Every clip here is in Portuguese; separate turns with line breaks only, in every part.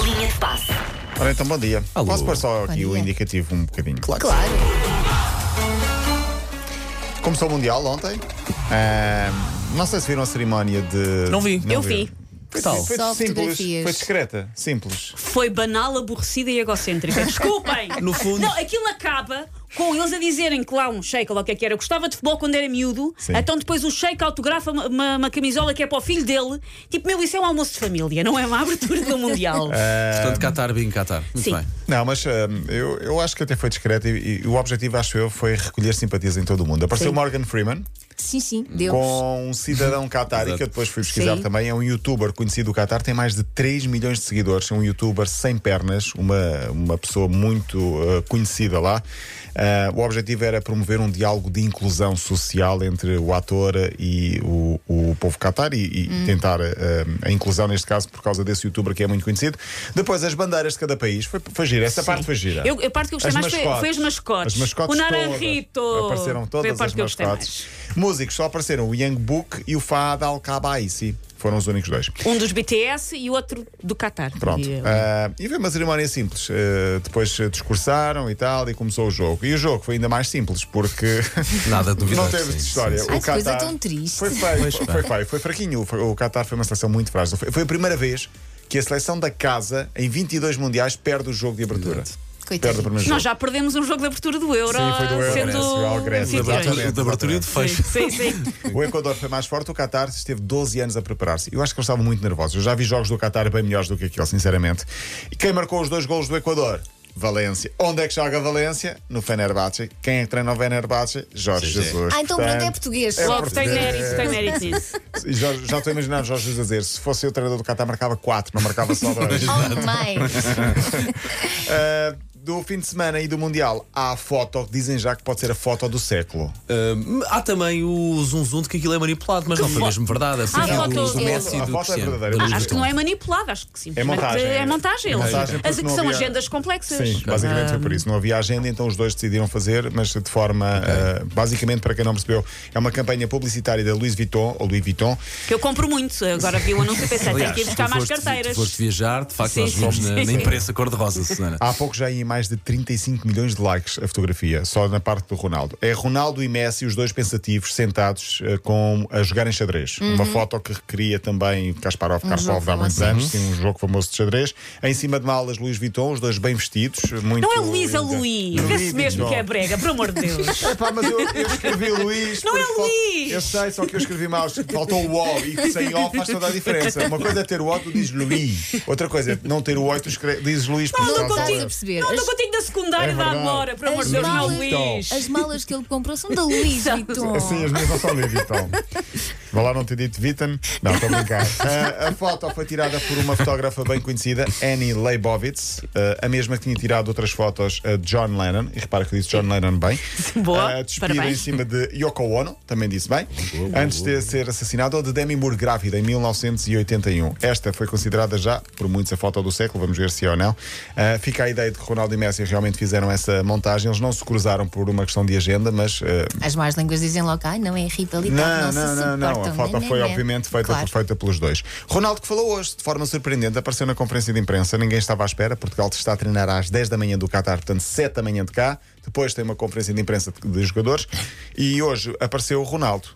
Linha de passe.
Ora então, bom dia.
Alô.
Posso pôr só aqui
Bom
o
dia.
indicativo um bocadinho?
Claro que
Claro.
Começou o Mundial ontem. Ah, não sei se viram a cerimónia de.
Não vi.
Eu
viram.
vi.
Foi,
tal?
foi
Só
simples,
fotografias.
foi discreta, simples.
Foi banal, aborrecida e egocêntrica. Desculpem!
No fundo-
Não, aquilo acaba com eles a dizerem que lá um shake, ou lá o que é que era. Eu gostava de futebol quando era miúdo,
Sim.
então depois o shake autografa uma, uma- uma camisola que é para o filho dele. Tipo, meu, isso é um almoço de família, não é uma abertura do Mundial.
Ah,
Portanto, Qatar, bem Qatar. Muito
Sim.
bem.
Não, mas ah, eu, eu acho que até foi discreta e, e o objetivo, acho eu, foi recolher simpatias em todo o mundo. Apareceu
Sim.
Morgan Freeman
Sim, sim. Deus.
com um cidadão catari
Exato.
que eu depois fui pesquisar
Sim.
também. É um youtuber conhecido do Qatar, tem mais de 3 milhões de seguidores. É um youtuber sem pernas, uma, uma pessoa muito ah, conhecida lá. Ah, o objetivo era promover um diálogo de inclusão social entre o ator e o, o povo catar e, e tentar ah, a inclusão, neste caso, por causa desse youtuber que é muito conhecido. Depois, as bandeiras de cada país. Foi, foi gira, essa parte foi gira.
Eu- a parte que eu gostei
As
mais foi- foi as mascotes.
As mascotes
O
todas.
Naranjito.
Apareceram
Foi
todas
a parte
as
que eu gostei
mascotes. Músicos só apareceram o Young Book e o Fahad Al-Kabaisi. Foram os únicos dois.
Um dos BTS e o outro do Qatar.
Pronto.
E,
Ah, e foi uma cerimónia simples. Ah, depois eh, discursaram e tal, e começou o jogo. E o jogo foi ainda mais simples, porque.
Nada de
Não
duvidar,
teve
sim,
história.
sim,
Ai,
O
que coisa
Qatar
tão triste.
Foi feio,
Pois
foi,
bem.
feio, foi fraquinho. Foi- O Qatar foi uma seleção muito frágil. Foi, foi a primeira vez que a seleção da casa, em 22 mundiais, perde o jogo de abertura.
Exato.
Perde o
Coitadinho.
primeiro jogo.
Nós já perdemos um jogo de abertura do Euro,
Sim, foi do Euro,
sendo
Grécia, ao Grécia,
anfitriões.
exatamente.
De abertura e de fecho.
Sim, sim.
O Equador foi mais forte, o Qatar esteve 12 anos a preparar-se. Eu acho que eles estavam muito nervosos. Eu já vi jogos do Qatar bem melhores do que aquele, sinceramente. E quem marcou os dois golos do Equador? Valência. Onde é que joga Valência? No Fenerbahçe. Quem é que treina o Fenerbahçe? Jorge
Sim, sim.
Jesus.
Ah, então pronto, é português.
É
Logo, tem mérito, tem mérito nisso.
português. E Jorge- já estou a imaginar o Jorge Jesus a dizer: se fosse eu treinador do Qatar, marcava 4, não marcava só 2.
Oh, mãe.
Ah, do fim de semana e do Mundial, há a foto, dizem já que pode ser a foto do século.
Ah, há também o zum zum de que aquilo é manipulado, mas não foi mesmo verdade. Assim,
Ah,
o
foto-
do Messi e
a
do
foto é
Cristiano.
verdadeira.
Da Luís
Acho que
Vuitton.
não é manipulado, acho que simplesmente
montagem.
É montagem.
É montagem,
As,
porque
que
não
são
havia-
agendas complexas.
Sim, basicamente foi por isso. Não havia agenda, então os dois decidiram fazer, mas de forma. eh, basicamente, para quem não percebeu, é uma campanha publicitária da Louis Vuitton, ou Louis Vuitton.
Que eu compro muito. Agora vi o anúncio e pensei, tenho
Aliás,
que ir buscar
tu
mais
foste-
carteiras.
Tu foste viajar, de facto,
Sim,
nós vimos
sim,
na,
sim.
na imprensa cor-de-rosa, Susana.
Há pouco já ia mais de 35 milhões de likes a fotografia, só na parte do Ronaldo. É Ronaldo e Messi, os dois pensativos, sentados eh, com, a jogar em xadrez.
Uhum.
Uma foto que requeria também Kasparov,
Um
Karpov, há muitos anos, tinha um jogo famoso de xadrez. Em cima de malas, Louis Vuitton, os dois bem vestidos. Muito
Não é Luís, é
elegante.
Luís. Vê-se mesmo
Vuitton.
que é brega, por amor de Deus.
Epá, É mas eu, eu escrevi Luís.
Não é
pois fal-
Luís!
Eu sei, só que eu escrevi mal. Faltou o O e sem O faz toda a diferença. Uma coisa é ter o O, tu dizes Luís. Outra coisa é não ter o O, e tu escre- dizes Luís. porque
Não,
só
não
há
Estás
contigo.
a
zero.
perceber?
Não,
As-
estou contigo da secundária
É
da
verdade. Então.
Amora, por amor
As
de Deus, não é
malas-
Luís.
As malas que ele comprou são da Louis Vuitton.
Sim, Assim, as minhas não são Luís Vitão. Vá lá não ter dito Vitan. Não, estou a brincar. Ah, a foto foi tirada por uma fotógrafa bem conhecida, Annie Leibovitz, ah, a mesma que tinha tirado outras fotos a John Lennon. E repara que eu disse John Lennon bem.
Boa,
Ah, despedida em
parabéns.
cima de Yoko Ono, também disse bem, antes de ser assassinado, ou de Demi Moore grávida em 1981. Esta foi considerada já, por muitos, a foto do século, vamos ver se é ou não. Ah, fica a ideia de que Ronaldo e Messi realmente fizeram essa montagem. Eles não se cruzaram por uma questão de agenda, mas ah,
As más línguas dizem logo, ai, não é rivalidade, não,
não,
se suportam.
não, não, não. A foto
Né,
foi,
né, né.
obviamente, feita,
Claro.
feita pelos dois. Ronaldo, que falou hoje de forma surpreendente, apareceu na conferência de imprensa. Ninguém estava à espera. Portugal está a treinar às 10 da manhã do Qatar, portanto, 7 da manhã de cá. Depois tem uma conferência de imprensa de, de jogadores. E hoje apareceu o Ronaldo.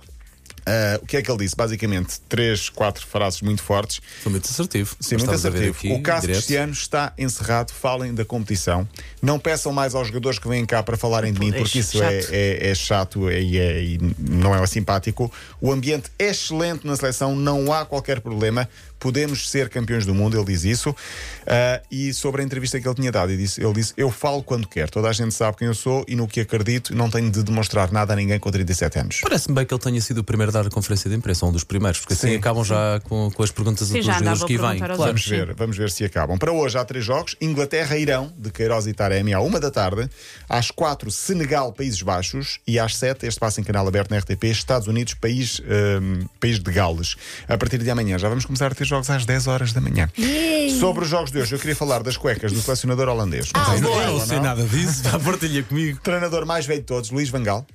Ah, o que é que ele disse? Basicamente, três, quatro frases muito fortes.
Foi muito assertivo.
Sim,
Nós
muito
estávamos a ver
assertivo.
aqui,
o caso
direto.
Cristiano está encerrado. Falem da competição. Não peçam mais aos jogadores que vêm cá para falarem de mim,
Pois,
porque isso
chato.
é, é- é chato é- e, é- e não é simpático. O ambiente é excelente na seleção, não há qualquer problema. Podemos ser campeões do mundo, ele diz isso. Ah, e sobre a entrevista que ele tinha dado, ele disse, ele disse: Eu falo quando quero, toda a gente sabe quem eu sou e no que acredito, não tenho de demonstrar nada a ninguém com 37 anos.
Parece-me bem que ele tenha sido o primeiro a dar a conferência de imprensa, um dos primeiros, porque assim
Sim.
acabam já com, com as perguntas
Sim,
dos
já
jogadores
andava a
que vêm. Claro.
perguntar aos
Vamos ver, vamos ver se acabam. Para hoje há três jogos: Inglaterra, Irão, de Queiroz e Taremi, à uma da tarde. Às quatro, Senegal, Países Baixos. E às sete, este passa em canal aberto na RTP, Estados Unidos, país, hum, país de Gales. A partir de amanhã, já vamos começar a ter jogos às 10 horas da manhã. Sobre os jogos de hoje, eu queria falar das cuecas do selecionador holandês. Não é? sei se
Eu
viram ou
não sei
não.
nada disso, vá, partilha comigo.
Treinador mais velho de todos, Luís Vangal.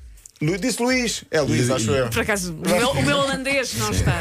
Lu- Disse Luís. É Luís, acho eu.
Por acaso, o meu, o meu holandês não está.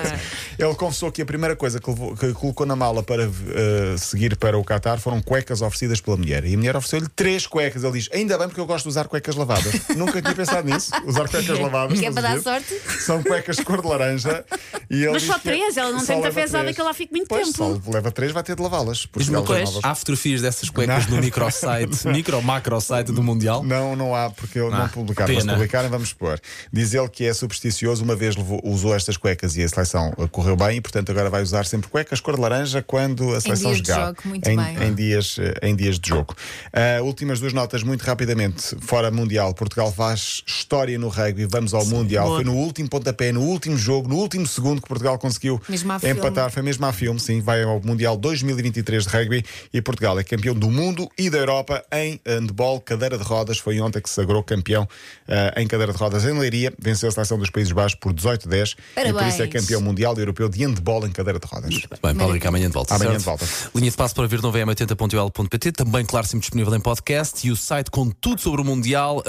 Ele confessou que a primeira coisa que, levou- que colocou na mala para eh, seguir para o Qatar foram cuecas oferecidas pela mulher. E a mulher ofereceu-lhe três cuecas. Ele diz: Ainda bem porque eu gosto de usar cuecas lavadas. Nunca tinha pensado nisso. Usar cuecas lavadas.
Que é para dar
estás a ver?
sorte?
São cuecas de cor de laranja. E ele
Mas
diz
só
que- é
três, ela não
só
tem muita
leva
fezada
três.
que ela fique muito
Pois,
tempo.
Só leva três, vai ter de lavá-las. porque
Diz-me uma
elas
coisa,
lavas-
há fotografias dessas cuecas
Não.
no microsite, micro macro site do Mundial?
Não, não há, porque eu não
Ah,
publicaram. Mas
pena.
publicarem, vamos pôr. Diz ele que é supersticioso, uma vez levou- usou estas cuecas e a seleção eh, correu bem, e portanto agora vai usar sempre cuecas cor de laranja quando a seleção
dias de
jogar.
jogo, muito
em,
bem.
Em dias, eh, em dias de jogo. Ah, últimas duas notas, muito rapidamente. Fora Mundial, Portugal faz história no rugby, vamos ao Mundial.
boa.
Foi no último pontapé, no último jogo, no último segundo que Portugal conseguiu
Mesmo à filme.
empatar. Foi mesmo a filme, sim. Vai ao Mundial 2023 de Rugby e Portugal é campeão do mundo e da Europa em handball, cadeira de rodas. Foi ontem que se sagrou campeão eh, em cadeira de rodas em Leiria. Venceu a seleção dos Países Baixos por 18-10 e por
Parabéns.
isso é campeão mundial e europeu de handball em cadeira de rodas.
Bem, Paulo Rico, amanhã de volta.
Amanhã
certo?
de volta.
Linha de passo para vir novo é 80.ol.pt, também, claro, sempre disponível em podcast e o site com tudo sobre o Mundial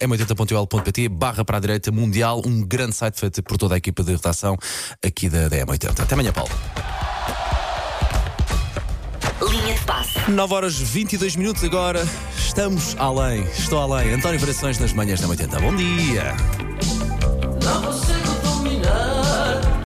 é 80.ol.pt, barra para a direita Mundial, um grande site feito por toda a equipa de redação aqui da DM80. Até amanhã, Paulo.
Linha de passe.
9 horas 22 minutos agora, estamos além, estou além. António Variações nas manhãs da 80. Bom dia.